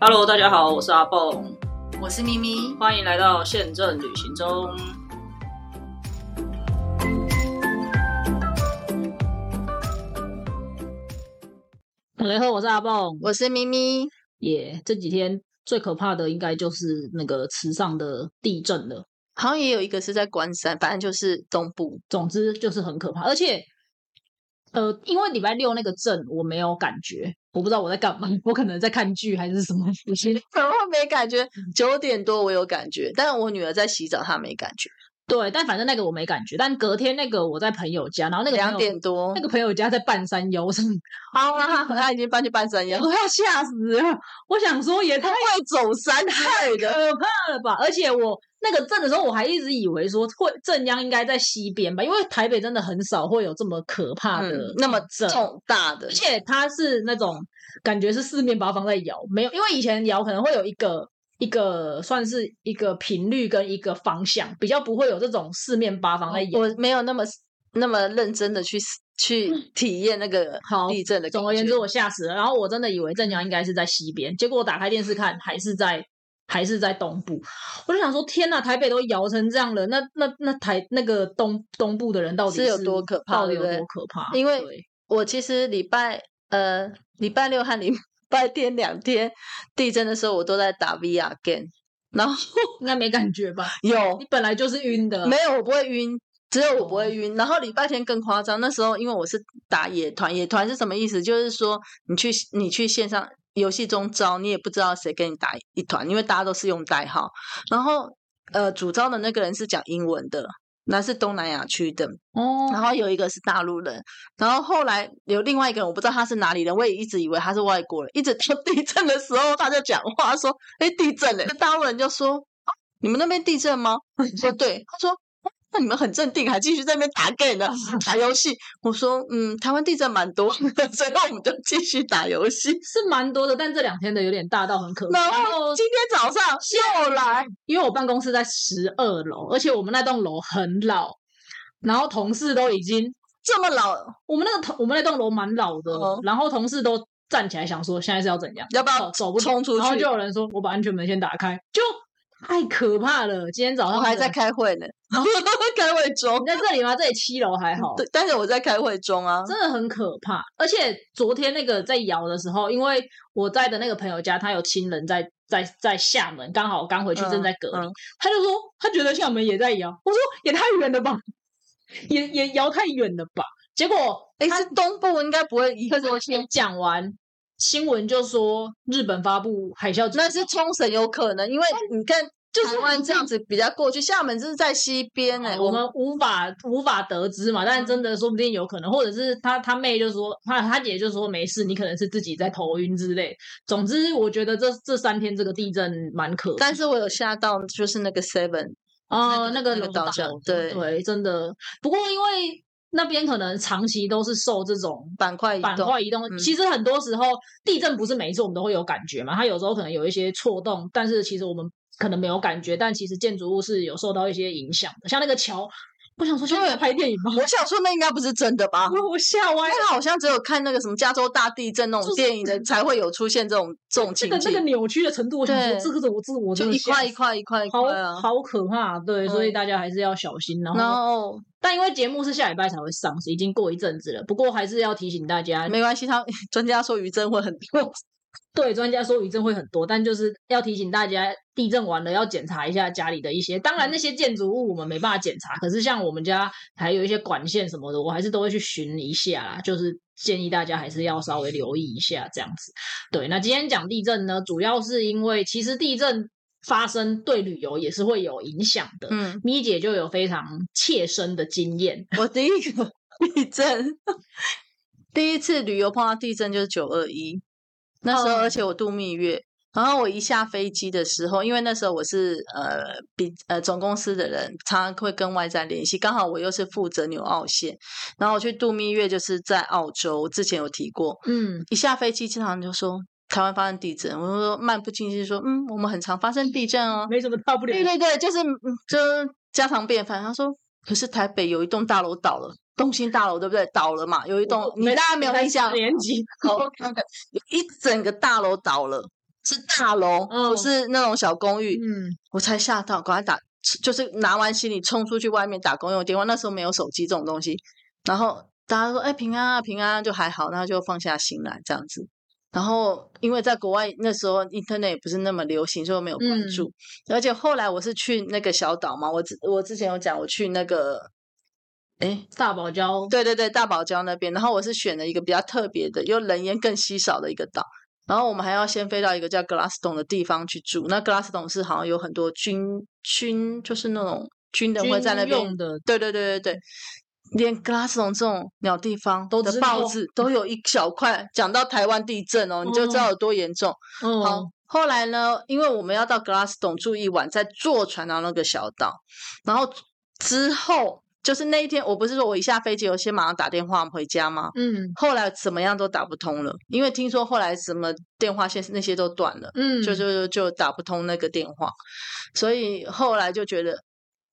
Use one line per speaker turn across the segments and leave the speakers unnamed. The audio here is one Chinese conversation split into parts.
Hello，大家好，我是阿蹦，
我是咪咪，
欢迎来到宪政旅行中。大家好，我是阿蹦。
我是咪咪。
耶、这几天最可怕的应该就是那个池上的地震了。
好像也有一个是在关山，反正就是东部。
总之就是很可怕，而且，呃，因为礼拜六那个震我没有感觉，我不知道我在干嘛， 我可能在看剧还是什么。
然后没感觉，九点多我有感觉，但我女儿在洗澡，她没感觉。
对，但反正那个我没感觉。但隔天那个我在朋友家，然后那个朋
两
友
点多
那，个朋友家在半山腰上，
好啊，她已经搬去半山腰，
我要哎吓死了！我想说也太
会走山害
可
的。
怕了吧！而且我那个震的时候，我还一直以为说会震央应该在西边吧，因为台北真的很少会有这么可怕的、
嗯，那么
震。
重大的
而，且它是那种感觉是四面八方在摇，没有，因为以前摇可能会有一个一个算是一个频率跟一个方向，比较不会有这种四面八方在摇。
我没有那么那么认真的去去体验那个
好
地震的感觉。
总而言之，我吓死了。然后我真的以为正阳应该是在西边，结果我打开电视看，还是在还是在东部。我就想说，天呐，台北都摇成这样了，那那那台那个东东部的人到底
是有多可怕
到底
对
有
不对
多可怕？
因为
对
我其实礼拜呃礼拜六和礼拜天两天地震的时候，我都在打 VR game，然后
应该没感觉吧？
有
你本来就是晕的，
没有我不会晕，只有我不
哦
会晕。然后礼拜天更夸张，那时候因为我是打野团，野团是什么意思？就是说你去你去线上游戏中招，你也不知道谁跟你打一团，因为大家都是用代号。然后呃主招的那个人是讲英文的，那是东南亚区的。
哦，
然后有一个是大陆人，然后后来有另外一个人，我不知道他是哪里人，我也一直以为他是外国人，一直到 地震的时候，他就讲话说：“哎，地震了！”大陆人就说：“啊你们那边地震吗？”我说：“对。”他说：“哦那你们很镇定，还继续在那边打 game 呢，打游戏。”我说：“嗯，台湾地震蛮多的，所以我们就继续打游戏。
是蛮多的，但这两天的有点大到很可”怕。
然后今天早上又来，
因为我办公室在十二楼，而且我们那栋楼很老，然后同事都已经，
这么老，
我们那个同我们那栋楼蛮老的，
哦
然后同事都站起来想说现在是要怎样，
要不
走
要
走不
冲出
然后
去
就？有人说我把安全门先打开，就太可怕了。今天早
我
上
还
真
在
的
开会呢， 开会中
你。在这里吗？这里七楼还好，
对，但是我在开会中啊。
真的很可怕。而且昨天那个在摇的时候，因为我在的那个朋友家，他有亲人在在在厦门，刚好刚回去正
嗯
在隔离，
嗯
他就说他觉得厦门也在摇，我说也太远了吧，也也摇太远了吧。结果
哎，是东部应该不会一
可是我先讲完新闻就说日本发布海啸警
那是冲绳有可能，因为你看，就
台
是
湾
湾这样子比较过去，厦门是在西边呢、
报我
我们
们无法无法得知嘛，但真的说不定有可能，或者是他他妹就说他他姐就说没事，你可能是自己在头晕之类。总之，我觉得这这三天这个地震蛮可怕
但是我有吓到，就是那个 Seven，
哦，那
那
个
个那个
龙岛
岛
的
上对
对，真的。不过因为那边可能长期都是受这种
板块移
板
动，
块移动，
嗯
其实很多时候地震不是每一次我们都会有感觉嘛，它有时候可能有一些错动，但是其实我们可能没有感觉，但其实建筑物是有受到一些影响的，像那个桥，我想说现在有拍电影吗？
我想说那应该不是真的吧？
我我吓歪了。
那好像只有看那个什么加州大地震那
就
种
是
电影的才会有出现这种这种
这
情
个这个
景，
扭曲的程度，我想说
对
这个我这个我真
就
的
一
吓
块一
死
块一块一
好
块啊。
好可怕，对，所以
嗯
大家还是要小心。然
然
后，
后
但因为节目是下礼拜才会上，已经过一阵子了。不过还是要提醒大家，
没关系，他 专家说余震会很多，
对，专家说余震会很多，但就是要提醒大家，地震完了要检查一下家里的一些。当然，那些建筑物我们没办法检查，可是像我们家还有一些管线什么的，我还是都会去巡一下啦。就是建议大家还是要稍微留意一下这样子。对，那今天讲地震呢，主要是因为其实地震发生对旅游也是会有影响的。
嗯，
咪姐就有非常切身的经验，
我第一个 地震，第一次旅游碰到地震就是九二一，那时候
哦
而且我度蜜月，然后我一下飞机的时候，因为那时候我是呃比呃总公司的人，常常会跟外站联系，刚好我又是负责纽澳线，然后我去度蜜月就是在澳洲，之前有提过，
嗯，
一下飞机经常就说台湾发生地震，我就说漫不经心地说，嗯，我们很常发生地震哦，
没什么大不了
对对对，就是嗯就是家常便饭。他说，可是台北有一栋大楼倒了，东兴大楼对不对？倒了嘛，有一栋
我
你大家没有印象？
年级，
有一整个大楼倒了，是大楼，
嗯
不是那种小公寓，
嗯，
我才吓到，赶快打，就是拿完行李冲出去外面打公用电话。那时候没有手机这种东西，然后大家说：“哎、平安啊，平安啊、就还好，然后就放下心来这样子。然后因为在国外那时候 internet 也不是那么流行，所以我没有关
嗯
注。而且后来我是去那个小岛嘛，我之我之前有讲我去那个，哎，
大堡礁，
对对对，大堡礁那边。然后我是选了一个比较特别的，又人烟更稀少的一个岛。然后我们还要先飞到一个叫 Glassdon 的地方去住。那 Glassdon 是好像有很多军军，就是那种军人会在那
军
边。
用的，
对对对对对，连 Glassdon 这种鸟地方
都
的
知
报
道
纸都有一小块讲到台湾地震哦，你就知道有多严重。好
嗯，，
后来呢，因为我们要到 Glassdon 住一晚，再坐船到那个小岛，然后之后就是那一天，我不是说我一下飞机，我先马上打电话回家吗？
嗯
后来怎么样都打不通了，因为听说后来什么电话线那些都断了，
嗯，
就就就打不通那个电话，所以后来就觉得。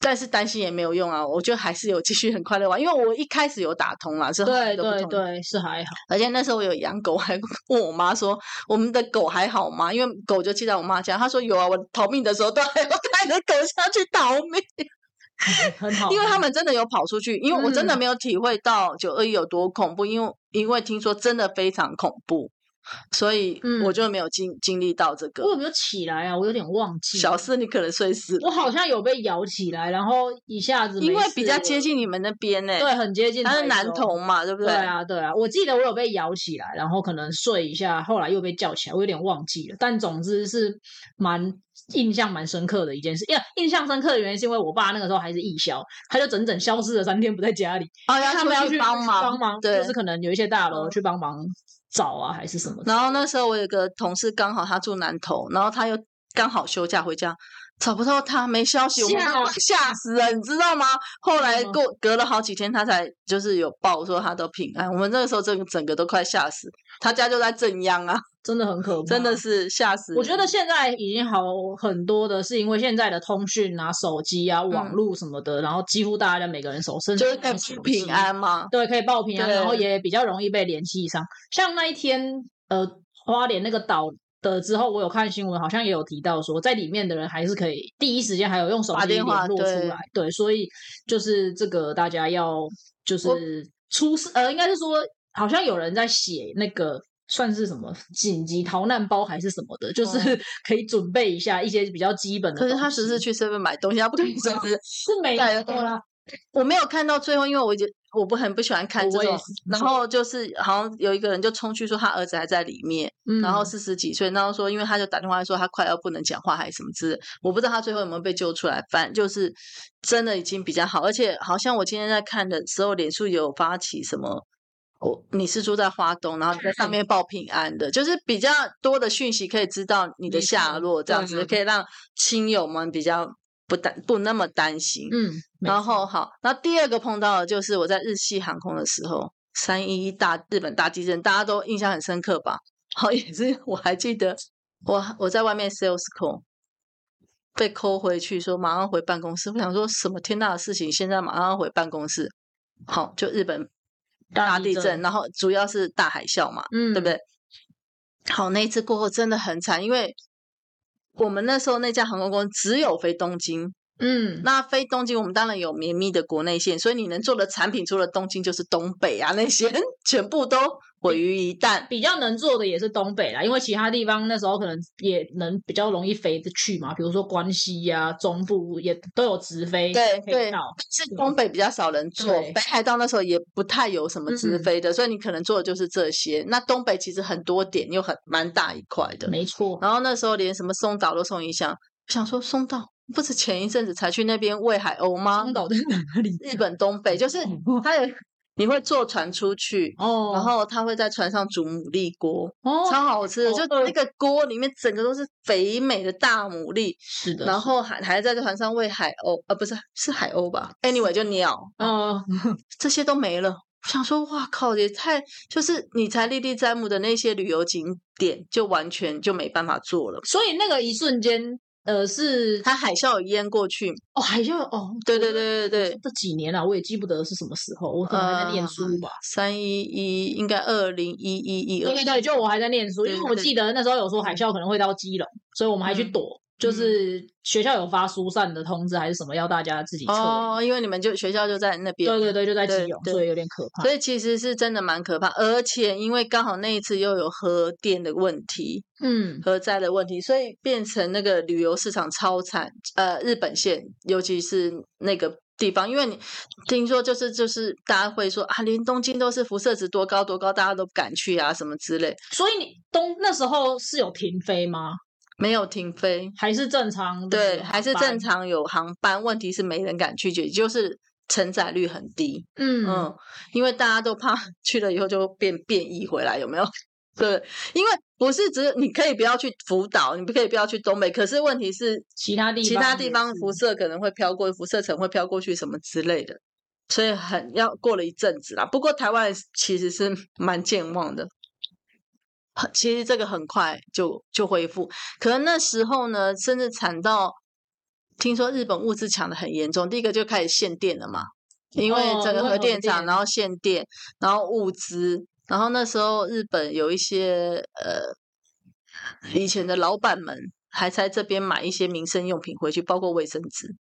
但是担心也没有用啊，我就还是有继续很快乐玩，因为我一开始有打通啦，是后来
对
都不
对
通
对，是还好，
而且那时候我有养狗， 还问我妈说：“我们的狗还好吗？”因为狗就寄在我妈家，她说：“有啊，我逃命的时候都还要带着狗下去逃命，
很 好，嗯
因为他们真的有跑出去。因为我真的没有体会到九二一有多恐怖，因为因为听说真的非常恐怖，所以我
嗯
就没有经经历到这个
我。有没有起来啊？我有点忘记了，
小四，你可能睡死了，
我好像有被摇起来，然后一下子
因
没
为比
事
较
了
接，近你们那边呢、
对，很接近台
他
中，
是南投嘛，对不
对啊，对啊，我记得我有被摇起来，然后可能睡一下，后来又被叫起来，我有点忘记了。但总之是蛮印象蛮深刻的一件事，因为印象深刻的原因是因为我爸那个时候还是义消，他就整整消失了三天不在家里，
哦，
他们
出
要
去帮
帮
忙，
帮忙，
对，
就是可能有一些大楼
嗯
去帮忙找啊，还是什么的。
然后那时候我有个同事刚好他住南投，然后他又刚好休假回家，找不到他，没消息，我们
吓
都吓死了，你知道吗？后来
嗯
过隔了好几天，他才就是有报说他都平安。我们那个时候整整个都快吓死，他家就在正央啊，
真的很可怕，
真的是吓死人。
我觉得现在已经好很多的，是因为现在的通讯啊、手机啊、网
嗯
络什么的，然后几乎大家每个人手身
就
上
是
都有
更
手
哎平
机
安嘛，
对，可以报平安，然后
对
也比较容易被联系上。像那一天，呃，花莲那个岛的之后，我有看新闻，好像也有提到说，在里面的人还是可以第一时间还有用手
打
机联
电话
络出来。对，所以就是这个大家要就是出事，呃，应该是说好像有人在写那个。算是什么紧急逃难包还是什么的，就是
哦
可以准备一下一些比较基本的
可
东西。啊
是他只是去 seven 买东西，他不可以说是
是没
带
错啦，
我没有看到最后，因为我已经我不很不喜欢看这
我也
种
是。
然后就是好像有一个人就冲去说他儿子还在里面，
嗯，
然后四十几岁，然后说因为他就打电话说他快要不能讲话还是什么之类，我不知道他最后有没有被救出来。反正就是真的已经比较好，而且好像我今天在看的时候，脸书也有发起什么。我你是住在花东，然后你在上
嗯
面报平安的，就是比较多的讯息可以知道你的
没
下
错
落，这样
对
子可以让亲友们比较不担不那么担心。
嗯，没
然
错
后好，然后第二个碰到的就是我在日系航空的时候，三一一大日本大地震，大家都印象很深刻吧？ 好，也是我还记得我我在外面 sales call 被扣回去，说马上回办公室。我想说什么天大的事情，现在马上回办公室。好，就日本
大地
地
震
震，然后主要是大海啸嘛，
嗯，
对不对？好，那一次过后真的很惨，因为我们那时候那家航空公司只有飞东京，
嗯，
那飞东京，我们当然有绵密的国内线，所以你能做的产品除了东京就是东北啊那些，全部都毁于一旦。
比较能做的也是东北啦，因为其他地方那时候可能也能比较容易飞得去嘛，比如说关西呀、中部也都有直飞，
对
可以
对
到
是东北比较少人做，
对
北海道那时候也不太有什么直
嗯
飞的，所以你可能做的就是这些。那东北其实很多点又很蛮大一块的，
没错，
然后那时候连什么松岛都受影响，我想说松岛不是前一阵子才去那边喂海鸥吗
荒？岛嗯在哪里？
日本东北就是它有，你会坐船出去，
哦，
然后它会在船上煮牡蛎锅，
哦，
超好吃的，
好
就
饿
那个锅里面整个都是肥美的大牡蛎，
是的，
然后还还在船上喂海鸥，呃，不是是海鸥吧？Anyway，就鸟，
呃，
这些都没了。我想说，哇靠，也太就是你才历历在目的那些旅游景点，就完全就没办法做了。
所以那个一瞬间。呃，是
它海啸有淹过去。
哦，海啸哦，
对对对对对，
这几年啊了、我也记不得是什么时候，我可能
呃
还在念书吧。
三一一应该二零一一一
对
二
对对，就我还在念书，因
对
为
对
我
对
记得那时候有说海啸可能会到基隆，所以我们还去
嗯
躲，就是学校有发疏散的通知还是什么，要大家自己撤。
哦，因为你们就学校就在那边
对。对对，就在基
对
隆，
对
所以有点可怕。
所以其实是真的蛮可怕，而且因为刚好那一次又有核电的问题，
嗯，
核灾的问题，所以变成那个旅游市场超惨。呃，日本线尤其是那个地方，因为你听说就是就是大家会说啊，连东京都是辐射值多高多高，大家都不敢去啊什么之类，
所以你东那时候是有停飞吗？
没有停飞，
还是正常的
对，还是
嗯航班
正。常有航班，问题是没人敢去，也就是承载率很低。
嗯
嗯，因为大家都怕 去了以后就变变异回来，有没 有？对，因为不是只有你可以不要去福岛，你不可以不要去东北，可是问题是
其他地
其他
方
地
也
方
是
辐射可能会飘过，辐射层会飘过去什么之类的，所以很要过了一阵子啦。不过台湾人其实是蛮健忘的，很其实这个很快就就恢复。可能那时候呢，甚至惨到听说日本物资抢的很严重，第一个就开始限电了嘛，因为
哦
整
因
个
为
核
核
电厂，
电
然后限电，然后物资，然后那时候日本有一些呃以前的老板们还在这边买一些民生用品回去，包括卫生纸，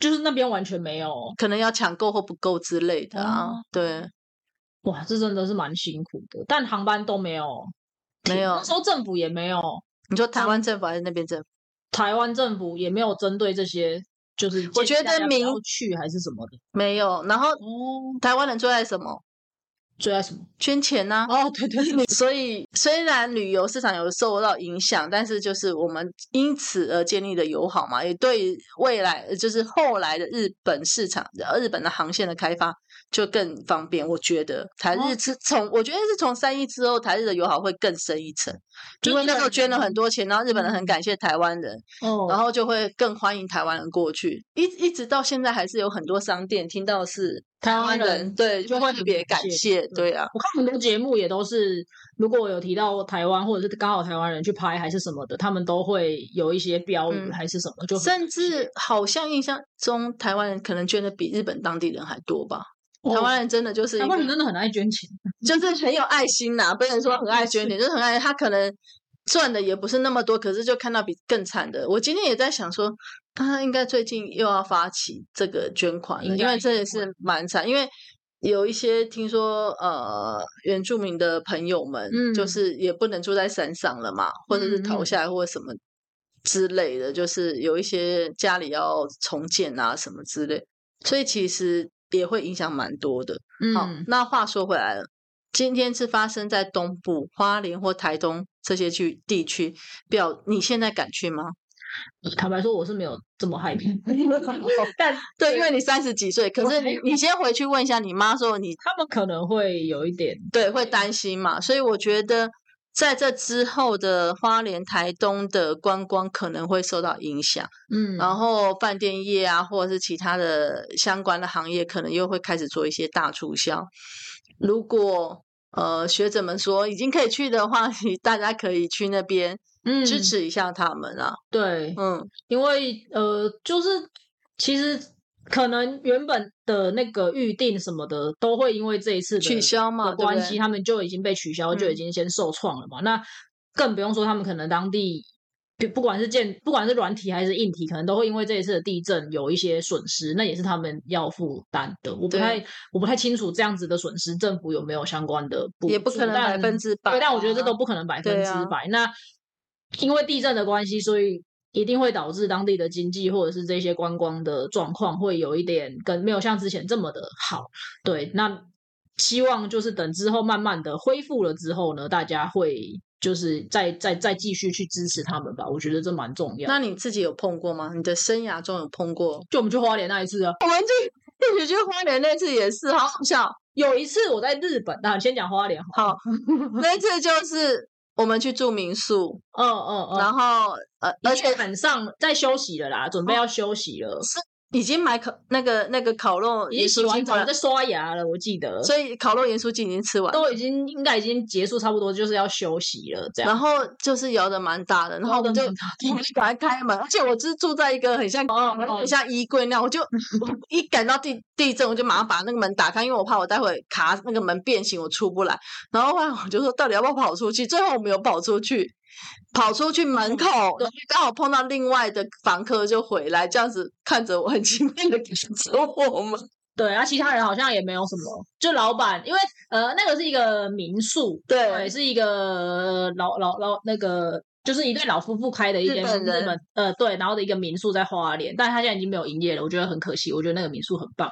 就是那边完全没有。
可能要抢购或不够之类的啊。
哦
对，
哇，这真的是蛮辛苦的，但航班都没有停，
没有
那。时候政府也没有，
你说台湾政府还是那边政府？
台湾政府也没有针对这些，就是
我
建议
觉
大
得
家不
民
要去还是什么的。
没有。然后
哦，
台湾人最爱什么？
最爱什么？
圈钱啊呐、
哦，对对对，
所以虽然旅游市场有受到影响，但是就是我们因此而建立的友好嘛，也对未来呃就是后来的日本市场、呃日本的航线的开发就更方便。我觉得台
哦
日之从，我觉得是从三一之后，台日的友好会更深一层，
就
因为
日
那时候
本
捐了
人
很多钱，然后日本人很感谢台湾人，
嗯哦，
然后就会更欢迎台湾人过去。一一直到现在还是有很多商店听到是
台
台湾
湾
人，
人。
对，
就
就
会
会
很
特别
感
感
谢嗯
谢，对啊。
我看很多节目也都是，如果有提到台湾，或者是刚好台湾人去拍还是什么的，他们都会有一些标语
嗯
还是什么，就很
甚
感谢
至好像印象中，台湾人可能捐的比日本当地人还多吧。台
哦
湾人真的就是一
台
个
湾人真的很爱捐钱，
就是很有爱心呐、不能说很爱 捐钱，就是很爱。他可能赚的也不是那么多，可是就看到比更惨的。我今天也在想说，他应该最近又要发起这个捐款了，
应
因
该
为这也
会
是蛮惨，因为。有一些听说，呃，原住民的朋友们，就
嗯
是也不能住在山上了嘛，或者是
嗯
逃
嗯
下来或者什么之类的，就是有一些家里要重建啊什么之类，所以其实也会影响蛮多的。好，
嗯，
那话说回来了，今天是发生在东部、花莲或台东这些区地区，表你现在敢去吗？
坦白说我是没有这么 害怕，但
对，因为你三十 几岁，可
我
是
还
你你先回去问一下你妈，说你
他们可能会有一点，
对会担心嘛，所以我觉得。在这之后的花莲、台东的观光可能会受到影响，
嗯
然后饭店业啊，或者是其他的相关的行业，可能又会开始做一些大促销。如果呃学者们说已经可以去的话，你大家可以去那边
嗯
支持一下他们啊。
对，
嗯，
因为呃，就是其实可能原本的那个预定什么的，都会因为这一次的
取消
的
嘛，对不
关
对
系，他们就已经被取消，就
嗯
已经先受创了嘛。那更不用说他们可能当地。就不管是建，不管是软体还是硬体，可能都会因为这一次的地震有一些损失，那也是他们要负担的。我不
对
太，我不太清楚这样子的损失，政府有没有相关的补助？
也不可能百
但
分之百
对，但我觉得这
啊
都不可能百分
对
之
啊
百。那因为地震的关系，所以一定会导致当地的经济或者是这些观光的状况会有一点跟没有像之前这么的好。对，那希望就是等之后慢慢的恢复了之后呢，大家会。就是再再再继续去支持他们吧，我觉得这蛮重要的。
那你自己有碰过吗？你的生涯中有 碰过？
就我们去花莲那一次啊，
我们就一起去花莲那次也是，好好笑。
有一次我在日本，那先讲花莲好
好， 那一次就是我们去住民宿，
了，嗯嗯嗯，
然后呃，而
而哦
且
且晚上在休息了啦，准备要休息了，
已经买烤那个那个烤肉
已经
盐
洗
酥
完
鸡
澡
回
了在，
来
刷牙了，我记得，
所以烤肉盐酥鸡已经吃完了，
都已经应该已经结束，差不多就是要休息了，这样。
然后就是摇的蛮大的，然后我就我们赶快开门，而且我是住在一个很像
哦
很像衣柜那样，我 就我一感到地地震，我就马上把那个门打开，因为我怕我待会卡那个门变形，我出不来。然后后来我就说，到底要不要跑出去？最后我没有跑出去，跑出去门口，
哦
然后刚好碰到另外的房客就回来，这样子看着我很奇怪 的看着我们。
对，然、后其他人好像也没有什么，就老板，因为呃那个是一个民宿，对，
对，
是一个老老老那个。就是一对老夫妇开的一
日
间
本
日
人
本呃对，然后的一个民宿在花莲，但是他现在已经没有营业了，我觉得很可惜。我觉得那个民宿很棒，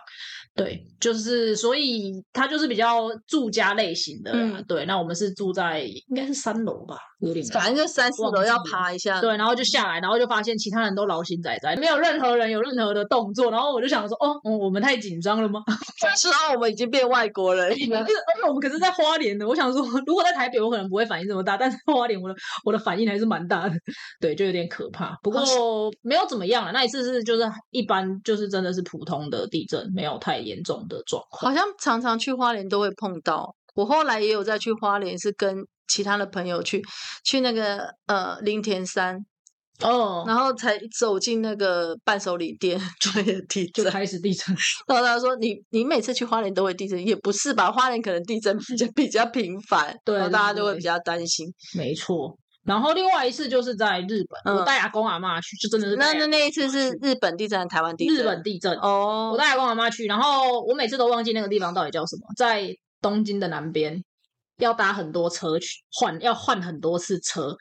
对，
嗯
就是所以他就是比较住家类型的啦，
嗯
对。那我们是住在应该是三楼吧，有点
反正就三四
忘
楼要
记了
爬一下。
对，然后就下来，然后就发现其他人都劳心仔仔，没有任何人有任何的动作，然后我就想说，哦，嗯我们太紧张了吗？
这时候我们已经变外国人
因为
了。
而且我们可是在花莲的，我想说，如果在台北，我可能不会反应这么大，但是花莲我的我的反应还是蛮大的，对，就有点可怕。不过
好像
没有怎么样了，那一次是就是一般，就是真的是普通的地震，没有太严重的状况。
好像常常去花莲都会碰到。我后来也有再去花莲，是跟其他的朋友去去那个呃林田山，
哦，
然后才走进那个伴手礼店， 就也地
就
震。
开始地震，
然后他说：“你你每次去花莲都会地震，也不是吧？花莲可能地震比较 比较频繁，
对
然后
对
大家就会
对
比较担心。
没错。然后另外一次就是在日本，我
嗯
带阿公阿妈去，就真的是
那
带
那那一次是日本地震，还是台湾地震，
日本地震我
哦，
带阿公阿妈去，然后我每次都忘记那个地方到底叫什么，在东京的南边，要搭很多车去换，要换很多次车，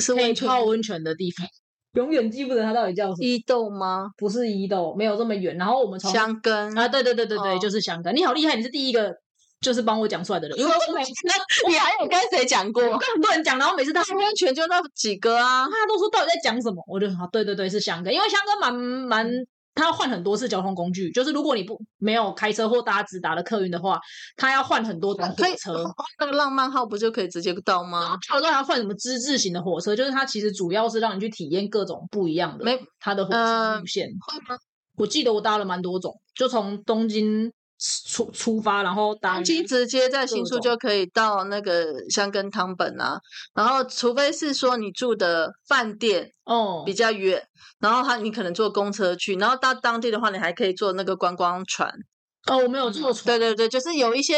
是
可以
温泉
泡温泉的地方，永远记不得它到底叫什么，
伊豆吗？
不是伊豆，没有这么远。然后我们从
香根
啊，对对对对对，
哦
就是香港。你好厉害，你是第一个就是帮我讲出来的人，因为哦我每次
你还有跟谁讲 过？
我跟很多人讲，然后每次他
泡温泉就那几个啊
大，家都说到底在讲什么，我就好，对对对，是香根，因为香根蛮蛮，他要换很多次交通工具，就是如果你不没有开车或搭直达的客运的话，他要换很多种
可以
火啊车。
那个浪漫号不就可以直接到吗？
他说要换什么资质型的火车，就是它其实主要是让你去体验各种不一样的
没
它的火车
呃
路线。
会吗？
我记得我搭了蛮多种，就从东京出出发，然后搭
东京直接在新
各
宿
种
就可以到那个香根汤本啊，然后除非是说你住的饭店
哦
比较远，然后他你可能坐公车去，然后到当地的话，你还可以坐那个观光船。
哦，我没有坐船，
对对对，就是有一些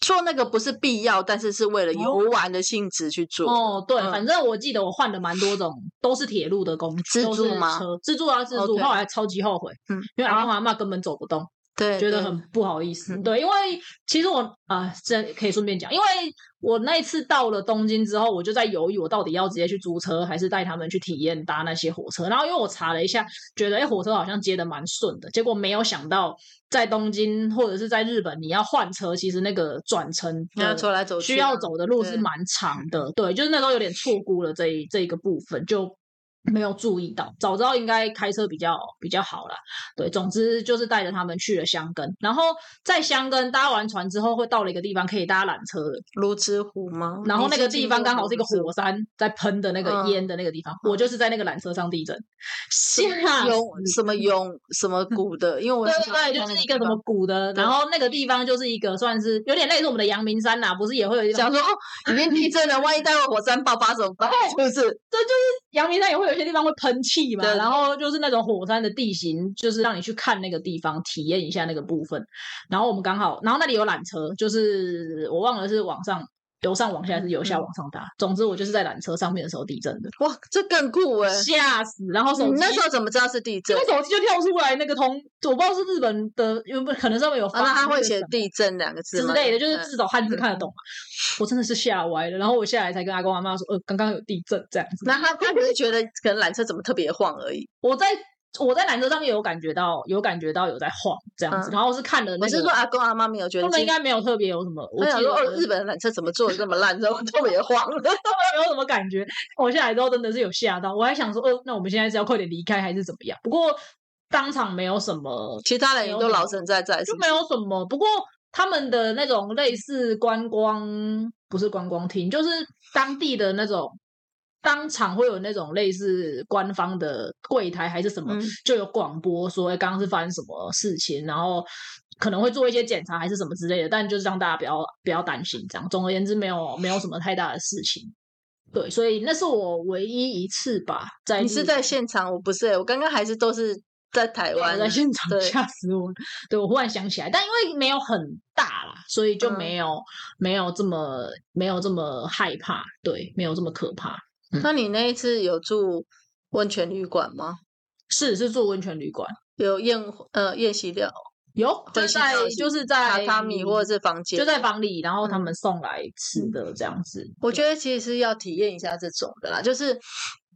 做那个不是必要，但是是为了游玩的性质去做。
哦，对，
嗯
反正我记得我换了蛮多种，都是铁路的工具，
自
都
助
是
吗
车自助啊，自助。
OK
后来超级后悔，
嗯
因为阿公阿妈根本走不动，
对，
觉得
对
很不好意思。
嗯
对，因为其实我啊、这可以顺便讲，因为我那一次到了东京之后，我就在犹豫，我到底要直接去租车，还是带他们去体验搭那些火车。然后因为我查了一下，觉得哎、诶火车好像接的蛮顺的，结果没有想到在东京或者是在日本，你要换车，其实那个转乘
要
的
走来走
嗯
去
需要
啊
走的路是
对
蛮长的，对，就是那时候有点错估了这一这一个部分，就没有注意到，早知道应该开车比较比较好啦。对，总之就是带着他们去了箱根，然后在箱根搭完船之后，会到了一个地方可以搭缆车的，
泸沽湖吗？
然后
你
那个
进
地方
过
刚好是一个
泸沽
火山在喷的那个
嗯啊
烟的那个地方，我就是在那个缆车上地 震，吓 死
湖涌什么涌 什么谷的，因为我
啊对
很少
对
去
对，
看
就是
那
一个什
地方
么谷的，然
对
后那个地方就是一个算是有点类似我们的阳明山呐、不是也会有一种
想说哦，已经地震了，万一待会火山爆发怎么办？是 不是？
这就是阳明山也会有一些地方会喷气嘛，
对
然后就是那种火山的地形，就是让你去看那个地方，体验一下那个部分。然后我们刚好，然后那里有缆车，就是我忘了是往上。由上往下还是由下
嗯
往上搭，总之我就是在缆车上面的时候地震的，
哇，这更酷哎！
吓死！然后手
你
机
嗯那时候怎么知道是地震
那？手机就跳出来那个通，我不知道是日本的，因为可能上面有发
啊，那他
那
会
个
写
什么
地震两个字
之
吗
类的，就是
嗯
至少汉字看得懂嘛。我真的是吓歪了，然后我下来才跟阿公阿妈说，呃，刚刚有地震这样子。
那他他只是觉得可能缆车怎么特别晃而已。
我在我在缆车上面有感觉到，有感觉到有在晃这样子，
嗯
然后是看了那
我是
个
说，阿公阿妈没有觉得
他们
惊，
应该没有特别有什么，我
我想
记得
说
我
哦，日本的缆车怎么做的这么烂，然后特别晃。
没有什么感觉。我下来之后真的是有吓到，我还想说，呃，那我们现在是要快点离开还是怎么样？不过当场没有什么，
其他人也都老神在在，是
就
不
没
是
有什么。不过他们的那种类似观光，不是观光厅，就是当地的那种当场会有那种类似官方的柜台还是什么，
嗯
就有广播说哎刚刚是发生什么事情，然后可能会做一些检查还是什么之类的，但就是让大家不要不要担心这样。总而言之，没有没有什么太大的事情。对，所以那是我唯一一次吧，在
你是
日
在现场，我不是、欸，我刚刚还是都是在台
对我
湾啊
在现场
对
吓死我了！对我忽然想起来，但因为没有很大啦，所以就
嗯
没有、没有这么没有这么害怕，对，没有这么可怕。
那你那一次有住温泉旅馆吗？
是是住温泉旅馆，
有宴呃宴席料，
有就
会洗
在
澡洗
就是在嗯
榻榻米或者是房间，
就在。房里，然后他
嗯
们送来吃的这样子。
我觉得其实是要体验一下这种的啦，就是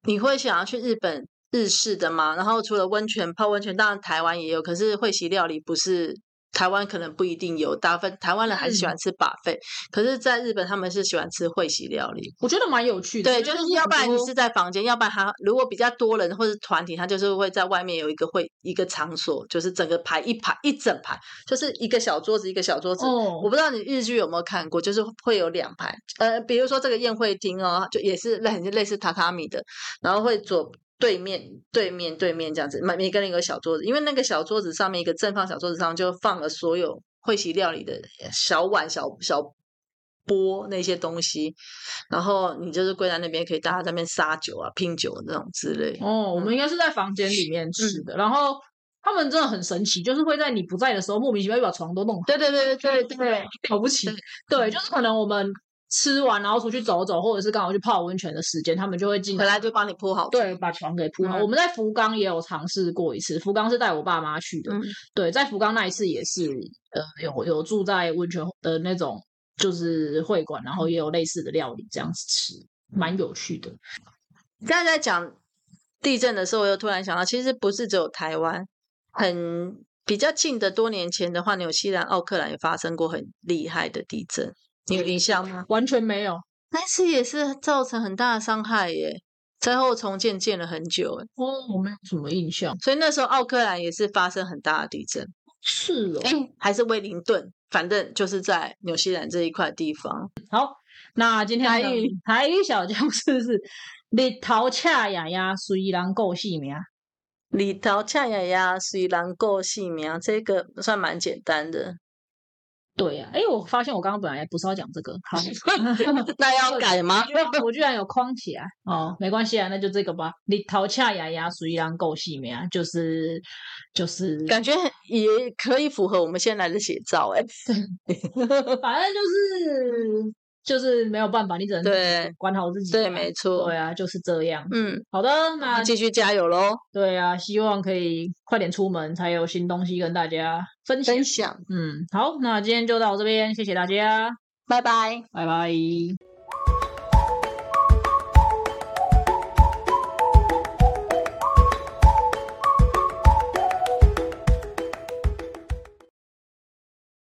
你会想要去日本日式的嘛？然后除了温泉泡温泉，当然台湾也有，可是会席料理不是台湾可能不一定有，大部分台湾人还是喜
嗯
欢吃把费、可是在日本他们是喜欢吃会席料理。
我觉得蛮有趣的，
对，
因为
就是要
很
不然你
多
是在房间，要不然他如果比较多人或是团体，他就是会在外面有一个会一个场所，就是整个排一排一整排，就是一个小桌子一个小桌子。我
哦，
不知道你日剧有没有看过，就是会有两排，呃，比如说这个宴会厅哦，就也是类很类似榻榻米的，然后会左对面、对面、对面这样子，每每个人有个小桌子，因为那个小桌子上面一个正方小桌子上就放了所有会席料理的小碗、小小钵那些东西，然后你就是跪在那边，可以大家在那边撒酒啊、拼酒那种之类。
哦，我们应该是在房间里面
嗯
吃的，然后他们真的很神奇，就是会在你不在的时候莫名其妙就把床都弄好。
对对对对对对，嗯
了不起。对，就是可能我们吃完然后出去走走，或者是刚好去泡温泉的时间，他们就会进
回
来。
来就帮你铺好。
对，把床给铺好。
嗯
我们在福冈也有尝试过一次，福冈是带我爸妈去的。
嗯
对，在福冈那一次也是，呃，有有住在温泉的那种就是会馆，然后也有类似的料理这样子吃，蛮
嗯
有趣的。
刚才在讲地震的时候，我又突然想到，其实不是只有台湾，很比较近的多年前的话，纽西兰、奥克兰也发生过很厉害的地震，你有印象吗？
完全没有
那次也是造成很大的伤害耶，灾后重建建了很久耶，
哦，我没有什么印象。
所以那时候奥克兰也是发生很大的地震，
是哦，
还是威灵顿，反正就是在纽西兰这一块地方。
那今天
台
的
语
台语小僵尸 是日头赤呀呀，虽然够细命。
里头恰雅雅虽然够细名，这个算蛮简单的，
对呀、哎，我发现我刚刚本来不是要讲这个，好，
那要改吗？
我居然有框起来哦，没关系啊，那就这个吧。你头恰牙牙属于狼狗戏名啊，就是就是，
感觉很也可以符合我们现在的写照哎、
反正就是就是没有办法，你只能
对
管好自己啊。
对，没错
对，啊，就是这样。
嗯，
好的，那
那继续加油喽，
对啊，希望可以快点出门，才有新东西跟大家分享。
分享，
嗯，好，那今天就到这边，谢谢大家，
拜拜。
拜拜。